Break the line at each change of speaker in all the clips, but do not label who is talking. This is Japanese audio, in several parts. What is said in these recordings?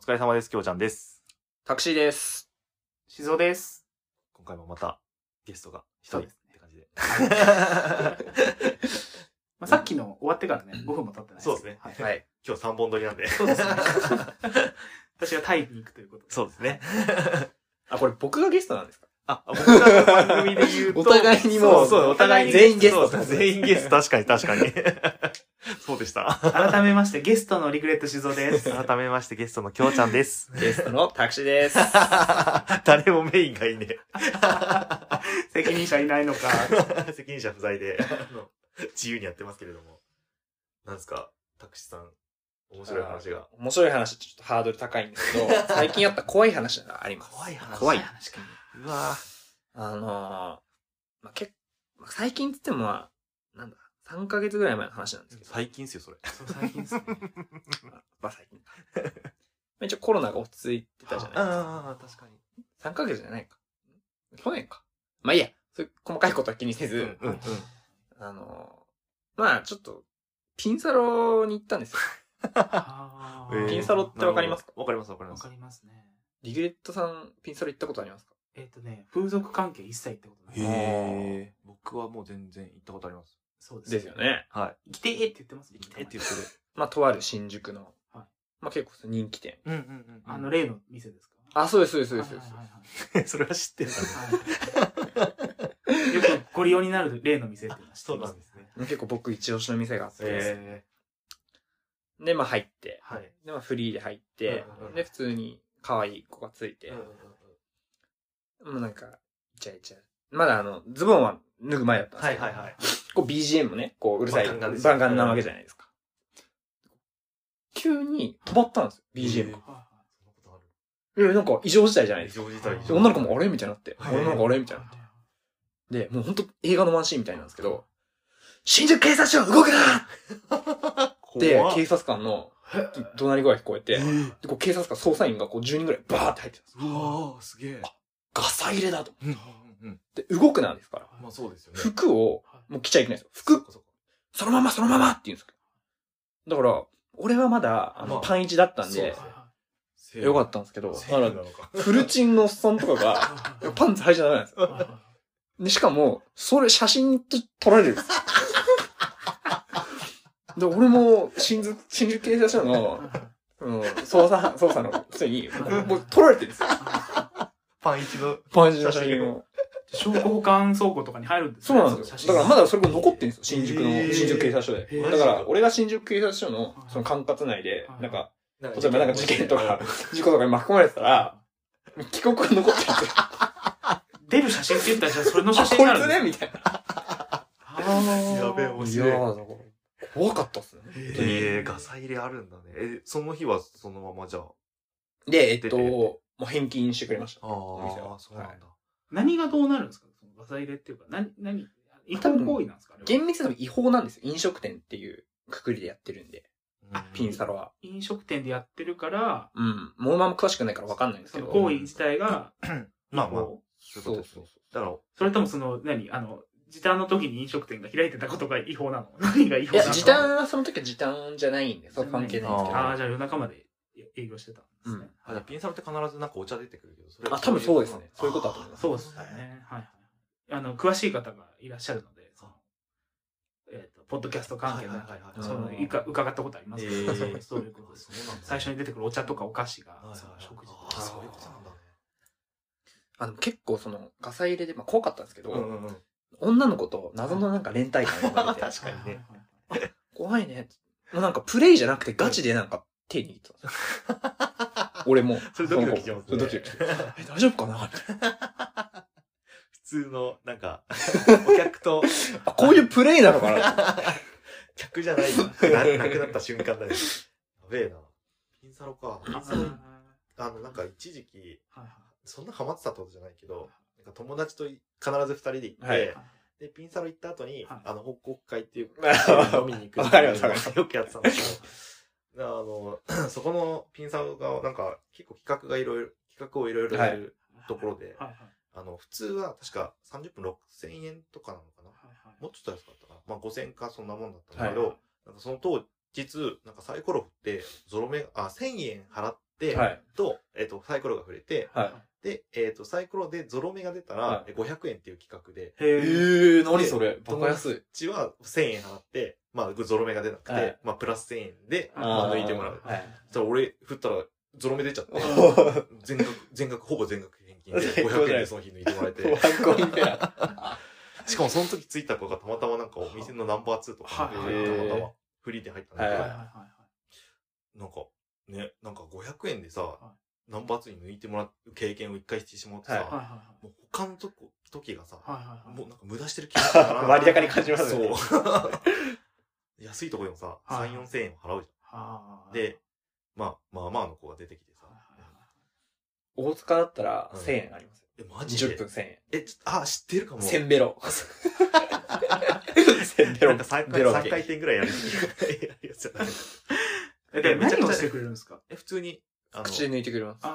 疲れ様です。きょうちゃんです。
タクシーです。
しぞです。
今回もまたゲストが一人
そう
っ
です
て感じで。
まあ、さっきの終わってからね、5分も経ってない
そうですね
はい。
はい。
今日3本撮りなんで。
そうですね。私がタイに行くということで。
そうですね。
あ、これ僕がゲストなんですか
あ、僕らの番組で言うと。
お互いに
そ
も
うそう、お互いに。
全員ゲスト
そうそう全員ゲスト。確かに確かに。 そうでした。
改めまして、ゲストのリグレットしぞです。
改めましてゲストのきょうちゃんです。
ゲストのタクシーです。
誰もメインがいねえ。
責任者いないのか。
責任者不在で、あの自由にやってますけれども。なんですか、タクシーさん、面白い話が。
面白い話ってちょっとハードル高いんですけ ど、最近あった怖い話があります。
怖い話
怖い。
話か。
うわ
あのー、まあ、結まあ最近って言ってもまあ、なんだ、3ヶ月ぐらい前の話なんですけど、
最近っすよ、それ。
最近ですね。
まあまあ最近。一応コロナが落ち着いてたじゃないですか。
ああ、確かに。
3ヶ月じゃないか。去年か。まあいいや、そういう細かいことは気にせず、
うんうんうん。
あのー、まあちょっと、ピンサロに行ったんですよ。
あー
ピンサロってわかりますか
わかります、わかりま
わ
す
か。りますね。
リグレットさん、ピンサロ行ったことありますか
えっ、とね、風俗関係一切ってことない。
へえ。僕はもう全然行ったことあります。
そうです。
ですよ。ね。
はい。
生きてーって言ってます、ね。
行きたいって言ってる。
まあ、とある新宿の、
はい
まあ結構人気店。
うんうん
あの、例の店ですか
あ、そうです、そうです、そうです。そう
はい
です
はいは い
それは知ってんだね。
はいよくご利用になる例の店っていうのは知っ
そ
てます
うなんですね。
結構僕一押しの店があって、
へ
で、まあ入って、
ーはい。
で、まあフリーで入って、
うんうんうん
で、普通に可愛い子がついて、
うんうん
もうなんか、イチャイチャ。まだあの、ズボンは脱ぐ前だったんです
は
け
い
ど、
はいはい。
こう BGM もね、こううるさい、
まあガンガンですよ
バンガンなわけじゃないですか。急に止まったんですよ、BGM
へー
が。
はいはい
そんなことある
えなんか異常事態じゃない
異
ですか。
常事態。
で女の子もあれみたいになって、
はい
俺のなんかあれみたいになって。で、もうほんと映画のワンシーンみたいなんですけど、新宿警察署動くなって
怖っ、
警察官の怒鳴り声が聞こえて、
えー
でこう警察官、捜査員がこう10人ぐらいバーって入ってたんですよ。
うわー、すげえ。
ガサ入れだと。
うんうんうん。
で、動くなんですから。
まあそうですよね。
服を、もう着ちゃいけないんですよ。服、
そっか
そのままそのままって言うんですよ。だから、俺はまだ、あ
まあ
の、パンイチだったん
そう
で
です、ねそっか
よかったんですけど、だ
セー
から
フ、のか。
フルチンのおっさんとかが、
はいはい
パンツ履いちゃダメなんですよ。
はいはい
で、しかも、それ写真と撮られる んですよ。で、俺も、新宿、新宿警察署の、その捜査、捜査の人に、もう撮られてるんですよ。
パン一の。
パンチの写真を。
証拠保管倉庫とかに入るんです
そうなんですよ。だからま
だ、
だそれが残ってんですよ、新宿の、
へー
新宿警察署で
へ。ー
だから、俺が新宿警察署の、その管轄内で
は、い
なんか、
なん
例えばなんか事件とか、事故とかに巻き込まれてたら、帰国が残ってるんですよ。
出る写真って言ったら、じゃあそれの写
あ、
真
こ
になる
いつねみたいな。
やべえ、
え。
面
いや
白い。
ー、だから怖かったっすね。
ええガサ入れあるんだね。え、その日はそのままじゃあ。
で、えっ
出
と、
て
もう返金してくれました。
あ
店は
あ、そうなんだ。
何がどうなるんですかそのガサ入れっていうか、何、何、違法行為なんですかあれは
厳密に多分違法なんですよ。飲食店っていうくくりでやってるんで、
うん
ピンサロは。
飲食店でやってるから、
うん。もうまま詳しくないから分かんないんです
そ
け
の
ど。
行為自体が、
まあまあ、
こう
そういうことですね。だから、
それともその、何、あの、時短の時に飲食店が開いてたことが違法なの何が違
い
法な
や、
の
時短はその時は時短じゃないんで、それは関係ないんですけど。
あ
あ
あ、じゃあ夜中まで営業してたんですね。
あじゃあピンサロって必ずなんかお茶出てくるけど、それ
多分そうですね。そういうことだと思います。、
そうですよね。はいはい。あの、詳しい方がいらっしゃるので、その、えっ、と、ポッドキャスト関係の
はい
中
はい
で
はいはい
その、
うん
いか伺ったことありますけど、
ええ
そうそういうことです。
そうなんだ。
最初に出てくるお茶とかお菓子が
はいはい、はい、
その食事
あ
と
あ、
か
そういうことなんだね。
あの結構その、ガサ入れで、まあ怖かったんですけど、
うんうん。
女の子と謎のなんか連帯感が生まれて、
確かにね。
はいはい
怖いね。もうなんかプレイじゃなくてガチでな んか手握ってたんですよ。俺も。
それドキドキしますね
その子それドキドキ。え、大丈夫かなみたいな
普通の、なんか、お客と、
あ、こういうプレイなの かな
客じゃないな、なくなった瞬間だよ。やべえな。ピンサロか。ピンサ
はい
ロ、あの、なんか一時期、
はい
そんなハマってたってことじゃないけど、なんか友達と必ず二人で行って、
はい
で、ピンサロ行った後に、
はい
あの、報告会っていう、
はい
飲みに行く
わかりますわかりま
よくやってたんですけど、で あの、 そこのピンサロが、なんか、結構企画がいろいろ、企画をいろいろやる、ところで
はいはい
あの、普通は確か30分6000円とかなのかな
はい
もうちょっと安かったかなまあ5000かそんなもんだったんだ
は
け
い
ど、なんかその当日、なんかサイコロ振って、ゾロ目、あ、1000円払っって、
はい
と、えっ、と、サイコロが触れて、
は
で、えっ、と、サイコロでゾロ目が出たら、
は
500円っていう企画で、
い。え
へえ。
ー、何それバカ安
う
い。
ちは1000円払って、まあ、ゾロ目が出なくて、
はい
まあ、プラス1000円で、
あー
まあ、抜いてもらう。
はい。
そしたら俺、振ったら、ゾロ目出ちゃって、全額、全額、ほぼ全額返金で、
最高じゃない
500円でその日抜いてもらえて、
ワンコインペア。
しかもその時ついた子がたまたまなんかお店のナンバー2とか、た
はい
またまフリーで入ったんだけど、
はいはい
は
はいはい。
なんか、ね、なんか500円でさ、
は
ナンバーツに抜いてもらう経験を一回してしまうとさ、
はい
はいはいはい。
もう他のとこ時がさ、
はいはいはい。
もうなんか無駄してる気が するから。
割高に感じますよね。
そう。 安いとこでもさ、
はい
3、4千円を払うじ
は
ゃ
あ
ん。で、、まあ、まあまあの子が出てきてさ
はい、
大塚だったら
うん
1000円ありますよ。
え、マジ
20
で
分1000円。
え、ちょっと、あ、知ってるかも。
1000ベ ロ。
な
1000ベロ
んか。3
ベ
回、
ロ
三回転ぐらいやる。いやいや、じゃ ない
はいはいはいえ、で、
めちゃくちゃ
何をしてくれるんですか
え、普通に、あの、
口で抜いてくれます。
あ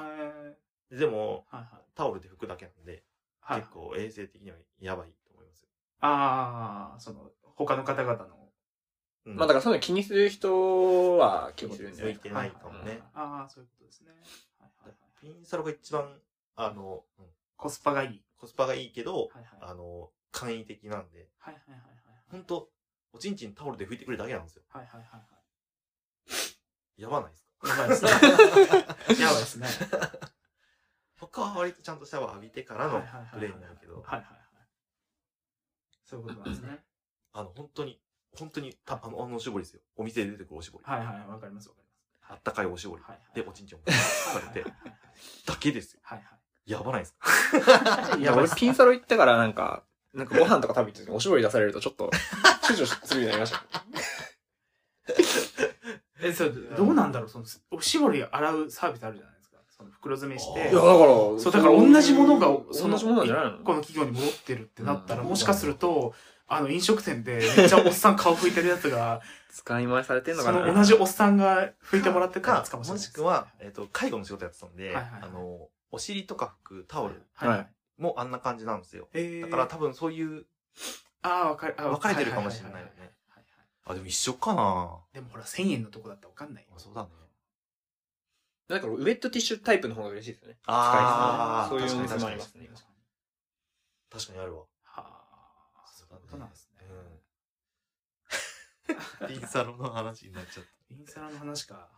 ー
でも、
はいはい。
タオルで拭くだけなんで、
はい
結。構衛生的にはやばいと思いますよ。
ああ、その、他の方々の。
うん
まあだからそういうの気にする人は気にするんじゃな
向い
いです
て
か。
ないかもね。
ああ、そういうことですね。はいはいはい
ピンサロが一番、あの、うん
コスパがいい。
コスパがいいけど、
はいはい。
あの、簡易的なんで、
はいはいはい
ほんと、おちんちんタオルで拭いてくれるだけなんですよ。
はい。はいはいは
やばないですか
いはい。やばいです ね。やばいですね。
他は割とちゃんとシャワー浴びてから
は
の
いはいはいはい
プレイになるけど、
はいはいはい。そういうことなんですね。
あの、本当に、本当に、た、あの、あのおしぼりですよ。お店で出てくるおしぼり。
はいはい、わかりますわか
あったかいおしぼ
り
り
ます。。はい
で、おちんちんをされて、だけですよ。
はい
やばない ですか
はい。はい
い
や
や、
ば
俺
いっす
ピンサロ行ったからなんか、なんかご飯とか食べてる時におしぼり出されるとちょっ と、躊躇するようになりました。
え、そう、どうなんだろうその、おしぼり洗うサービスあるじゃないですか。その袋詰めし
あ
て
ー
いや、だ。から、
そう、だから同じものが、
そ同じものなんじゃないの
一個の企業に戻ってるってなったら、
うん
もしかすると、あの、飲食店でめっちゃおっさん顔拭いてるやつが、
使い回されてんの
そ
かな
の同じおっさんが拭いてもらってたや
か
つか、もしれ
も
ないで
し
す。
くは、えっと、介護の仕事やってたんで、
はいはいはい
あの、お尻とか拭くタオル
はい
はい。
もあんな感じなんですよ。
えー
だから多分そういう、
ああ、わかる、あ
分かれてるかもしれないよね。
はははいはい
あ、でも一緒かな
でもほら、1000円のとこだったらわかんないよ。
あそうだね
なんかウェットティッシュタイプの方が嬉しいですよね。
あー
そういうお
確
店
かに
もありますね。
は
確かにあるわ。
あ、そういうことなんですね。
うん。 ピンサロの話になっちゃった。
インサラの話 か。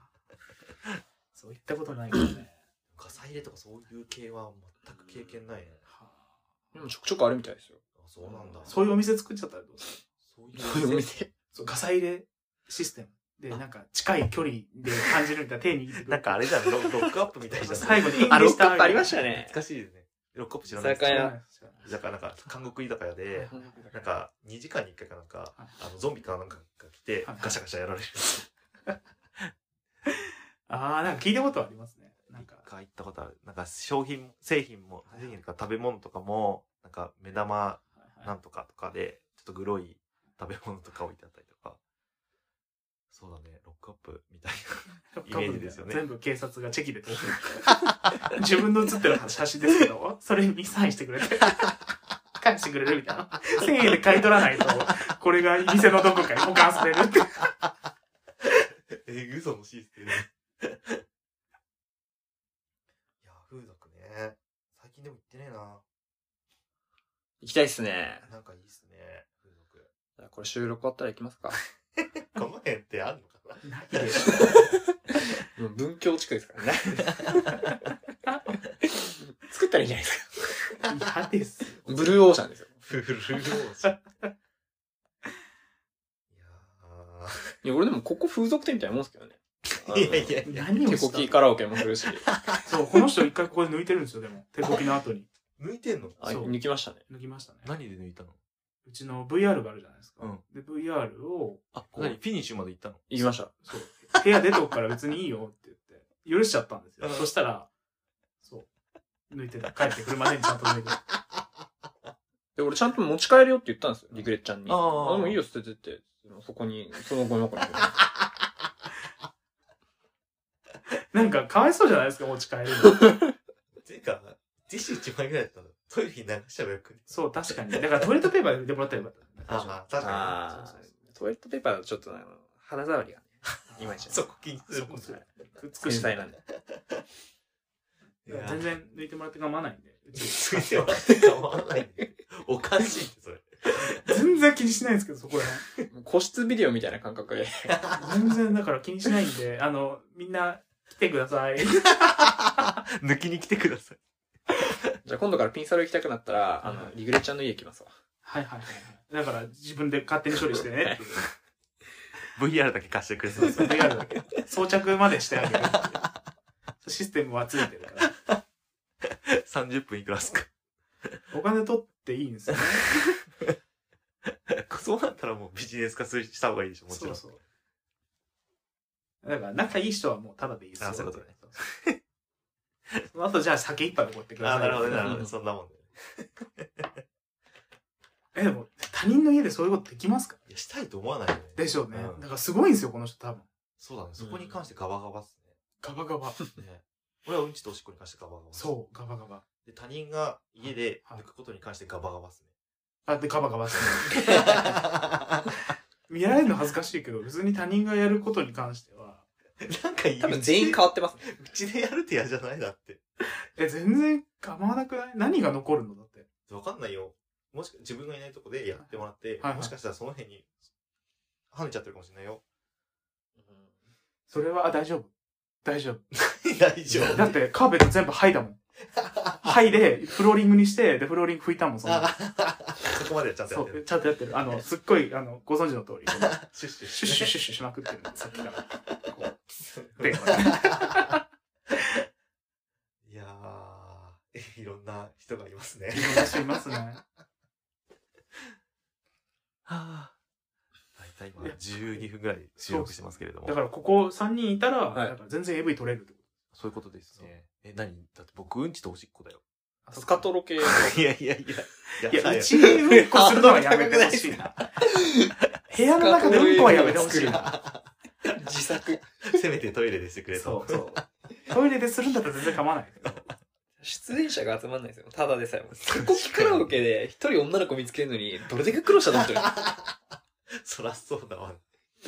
そういったことないからね。
ガサ入れとかそういう系は全く経験ないね。
は
でもちょくちょくあるみたいですよ。
あ、そうなんだ
あ。そういうお店作っちゃったらどうする
そう
そういうお店。
そう、ガサ入れシステム。で、なんか、近い距離で感じるみたいな、手握ってく る。
なんかあれじゃん、ロロックアップみたいじゃん。
最後に演
あ、
技
ロ
し
ック
た
アップありましたね。
懐かしいですね。ロックアップ知らない
居酒屋
だからなんか、韓国居酒屋で、なんか、2時間に1回かなんか、
はい
あの、ゾンビかなんかが来て
はい、
ガシャガシャやられる。
ああ、なんか聞いたことありますね。なんか
一。回行ったことある。なんか、商品、製品も、製品とか食べ物とかも、なんか、目玉なんとかとかで、ちょっとグロい食べ物とか置いてあったりとか。そうだね、ロックアップみたいイメージですよね
全部警察がチェキで撮ってる。自分の写ってる写真ですけど、それにサインしてくれて、返してくれるみたいな。1000円で買い取らないと、これが店のどこかに保管されるって。
な。えぐそのシス テム。いや、風俗ね。最近でも行ってねえな。
行きたいっすね。
なんかいいっすね、風俗。
これ収録終わったら行きますか。
この辺ってあるのか な
ないでし
もう文教地区です からね。作ったらいいじゃないですか。
ょ。嫌ですよ。
ブルーオーシャンですよ。
フルーシいや
いや、俺でもここ風俗店みたいなもんですけど ね。
ーいやいやいや、
何を
手
し
こ
た
きカラオケもするし。
そう、この人一回ここで抜いてるんですよ、でも。手こきの後に。
抜いてんの
あ
そう
抜きましたね。
抜きましたね。
何で抜いたの
うちの VR があるじゃないですか。
うん
で、VR を、
あ、
こう
何フィニッシュまで行ったの
行きました。
そう、部屋出とくから別にいいよって言って、 許しちゃったんですよ。
うん
そしたら、そう、抜いてた。帰ってくるまで にちゃんと抜いてた。
で、俺ちゃんと持ち帰るよって言ったんですよ、リクレッちゃんに。
あ
あ
あ
でもいいよ、捨ててって。そこに、そのゴミ箱 に。
なんか、かわいそうじゃないですか、持ち帰るの。
ていうか、ティッシュ1枚ぐらいだったのトイレに流しちゃえばよくね。
そう、確かに。だからトイレットペーパーで抜いてもらったらよかった。
あまあ、確か
ああ、トイレットペーパーだとちょっとあの、肌触りがね。いまいち
そこ気にするもんじゃない。
美しい。
繊細なんで
全 然抜いてもらって構わないんで。うち
ついては構わ ない。おかしいって、それ。
全然気にしないんですけど、そこら
個室ビデオみたいな感覚で。
辺。全然だから気にしないんで、あの、みんな来てください。
抜きに来てください。
じゃあ今度からピンサロ行きたくなったら、あの、リグレちゃんの家行きますわ。
はいはいはいはい。だから自分で勝手に処理してねっていう。
VR だけ貸してくれそ
そう
う
そう、VR だけ。装着までしてあげるっていう。システムはついてるから。
30分いくらっすか。
お金取っていいんですよね。
そうなったらもうビジネス化するした方がいいでしょ、もちろん。
そうそう。だから仲いい人はもうタダでいいですよ
あそういうことね。
その後じゃあ酒一杯おごってくだ
あ
さ
あ、
い。
なるほどね、なるほ
う
ど。
ん
そんなもんね。
え、でも他人の家でそういうことできますか
いや、したいと思わないよね。
でしょうね。
うん
だからすごいんですよ、この人多分。
そうだね。そこに関してガバガバっす
ガバガバ。
ね。ね俺はうんちとおしっこに関してガバガバ。
そう、ガバガバ。
う。で、他人が家で
はい
抜くことに関してガバガバっすね。
あ、で、ガバガバして る見られるの恥ずかしいけど、別に他人がやることに関しては、
なんかいい。
多分全員変わってます。
うちでやるって嫌じゃないだって。
え、全然構わなくない何が残るのだって。
わかんないよ。もし、自分がいないとこでやってもらって、
はいはい
もしかしたらその辺に、跳ねちゃってるかもしれないよ。
それは、あ大丈夫。大丈夫。
大丈夫。
だって、カーペット全部剥いだもん。剥いで、フローリングにして、で、フローリング拭いたもん、そんな。
そこまでちゃんとや
そ
ってる
う、。ちゃんとやってる。あの、すっごい、あの、ご存知の通り、この
シュッシュッシュ
シュッ
ッシュッ
シュッシュッシュしまくってるさっきから。こう、で、
いやー、いろんな人がいますね。
いろんな人いますね。
大体今12分ぐらい収録してますけれども。
だから、ここ3人いたら、
はい
だから全然 AV 取れるってこ
そういうことですね。え、何だって僕うんちとおしっこだよ。
と。
スカトロ系。
いやいやいや。
いや、う
う
ちにうんこするのはやめてほしいな。部屋の中でうんこはやめてほしいな。
自作。
せめてトイレでしてくれ
そ
と。
うそう。トイレでするんだったら全然構わない。
出演者が集まんないですよ。ただでさえも。過去期カラオケで一人女の子見つけるのに、どれだけ苦労したと思 ってる
そらそうだわ。
だか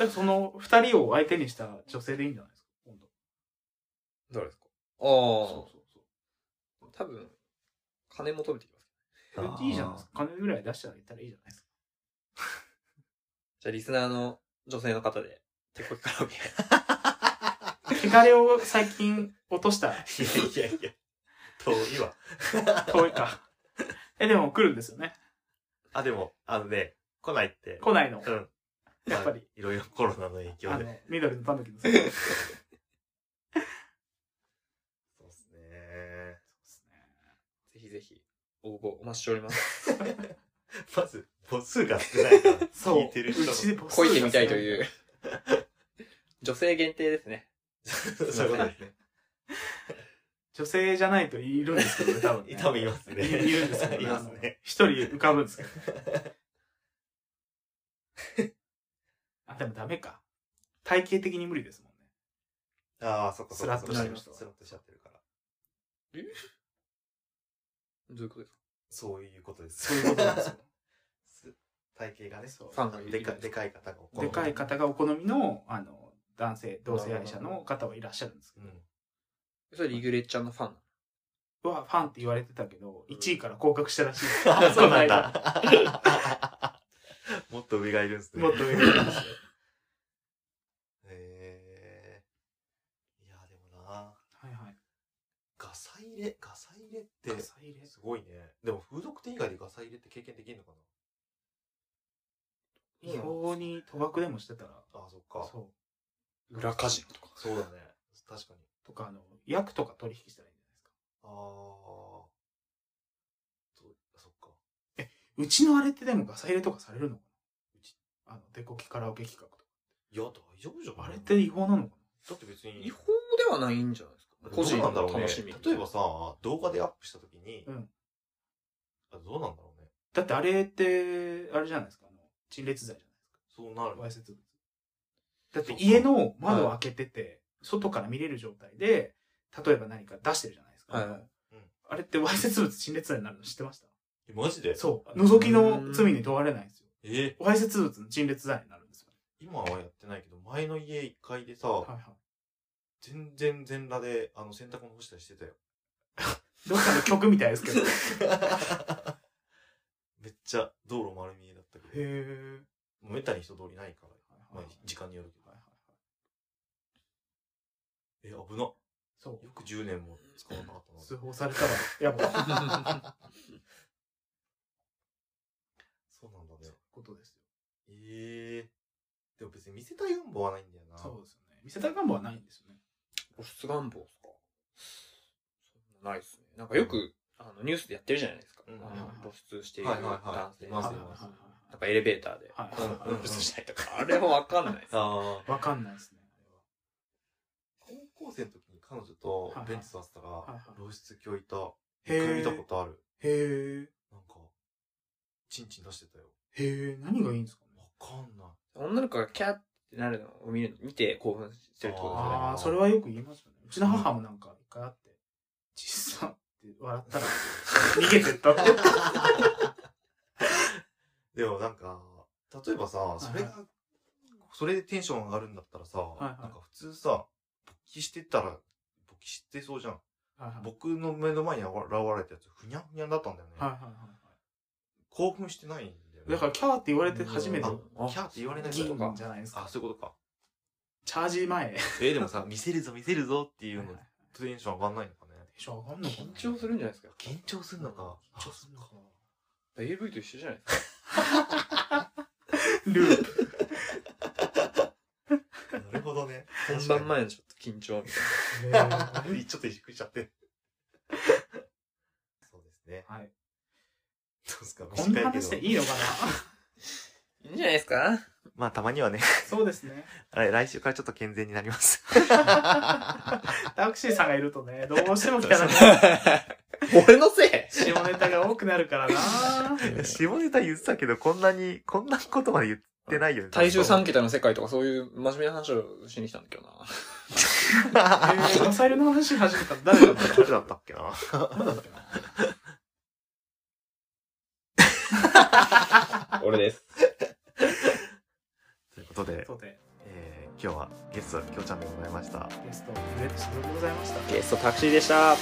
らその二人を相手にした女性でいいんじゃないですか今度
どれですか
そう
あ
そうそう
あ。多分、金求めてきます。
あー
いいじゃないですか。金ぐらい出してあげたらいいじゃないですか。
じゃあ、リスナーの女性の方で、手こきカラオケ。
汚れを最近落とした
いやいやいや。遠いわ。
遠いか。 え、でも来るんですよね。
あ、でも、あのね、来ないって。
来ないの。
うん。
やっぱり
まあいろいろコロナの影響
あ
で。
の、緑のタヌキのせいですね。
そうですね。
ぜひぜひ、応募お待ちしており ます。
まず、母数が少ないから、
そう。
聞いてる人の
うちでボス
こいてみたいと
う。
いう。 女性限定ですね。
そういうこと ですね。
女性じゃないといるんですけどね、多分、ね。
多分 いますね。
いいるんですよね
いますね。
一人浮かぶんですけど。 あ、でもダメか。体型的に無理ですもんね。
ああ、そっかそっか。
スラッとしてる人
スラッとしちゃってるから。
どういうことですか
そういうことです。
そういうことなんですよ。
体型がね、
そう
ファンがいる
でかでかい方がお好み
でかい。方がお好みの、あの、男性、同性愛者の方はいらっしゃるんですけ
うん。
それリグレッちゃんのファン
ど、はファンって言われてたけど、1位から降格したらしい。
あ、そうなん
この間。
だ。 もっと上がいるんですね。
もっと上がいるんですよ
へえいや、でもな、
はいはい。
ガサ入れ、ガサ入れっ
ガ
て、
サ入れ
すごいね。でも、風俗店以外でガサ入れって経験できるのか
違法に賭博でもしてたら、
なあ、そっか。
そ
裏カジノとか。
そうだね。確かに。
う。とか、あの、薬とか取引したらいいんじゃないですか。
あー。そそっか。
うちのあれってでもガサ入れとかされるのかなうち、あの、デコキカラオケ企画と
いや、大丈夫じゃん。
か。あれって違法なのか
だって別に
違、法ではないんじゃないですか個人
どうなんだろう
の
ね
楽しみ。
例えばさ、動画でアップしたときに、
うん
あどうなんだろうね。
なだってあれって、あれじゃないですか。あの、陳列罪じゃないですか。
そうなる。
わいせつ物。だって家の窓を開けてて、外から見れる状態で、例えば何か出してるじゃないですか。
はいはい
あれってわいせつ物陳列罪になるの知ってました
えマジで
そう。覗きの罪に問われないんですよ。
え
わいせつ物の陳列罪になるんですよ。
今はやってないけど、前の家1階でさ、
はいはい。
全然全裸で、あの、洗濯物干したりしてたよ。
どっかの曲みたいですけ ど。へ
めっちゃ道路丸見えだったけど。
え。
もうめったに人通りないから。まあ
はいはい、
時間によるけど。
はいはいはい
え、危な。よ
そう。
く10年も使わなかった な。
通報されたら、やばい。そう
そうなんだ
いう
ね。
ことですよ。
ええでも別に見せたい願望はないんだよな。
そうですよね。見せた願望はないんですよね。
露出願望ですかそんなないっすね。なんかよく、あの、ニュースでやってるじゃないですか。
うん
あの露出している
はいはいはい
男性
い
の
ま
な
す
ん
よ
か
はいはい
エレベーターで、
はい
こ
はいはいう
露出したりとか、あれはわかんないです。
ああ。
わかんないですね。
高校生の時に彼女とベンチ座ってたら、
いはいはい
露出鏡いた。
へー
一回見たことある。
へ
なんか、チンチン出してたよ。
え。へえ。何がいいんですかね。
わかんない。
女の子がキャーってなるのを見る見て興奮してるってことですよね。
ああ、それはよく言いますよね。うちの母もなんか、一回会って、じいさんって笑っ たら、逃げてったって。
でもなんか、例えばさ、それが、それでテンション上がるんだったらさ、
いはい
なんか普通さ、勃起してたら、勃起してそうじゃん。
はいはい
僕の目の前に現れたやつ、ふにゃふにゃだったんだよね。
はいはいはい
興奮してないんだよね。
だから、キャーって言われて初めて
あ、キャーって言われない
ギ
か
そ
ら
う
ン
か
じゃないです
あ、
か。
そういうことか。
チャージ前。テ
えーでもさ、見せるぞ見せるぞっていうの、
ン
テンション上がんないのかね。
ション上がんのかな
緊張するんじゃないですか。
緊張すんのか。
緊張するのか。
AV と一緒じゃないですか。
ルー プ。
なるほどね。
本番前のちょっと緊張みたい
前。ちょっと萎縮しちゃって。 そうですね。
はい。
どうですか
こんな話でいいのかな
な。いいんじゃないですか
まあ、たまにはね、
そうですね。
あれ来週からちょっと健全になり ます。
タクシーさんがいるとね、どうしても来たら、
俺のせい
下ネタが多くなるからな
下ネタ言ってたけど、こんなに、こんなことまで言ってないよね。
体重3桁の世界とかそういう真面目な話をしに来たんだけどな。
えーマサイルの話始めたら誰だった
誰だったっけな。
俺です。
ということで、
そうで、
えー、今日はゲスト、きょうちゃんでございました。
ゲスト、ウェットでございました。
ゲストタクシーでした。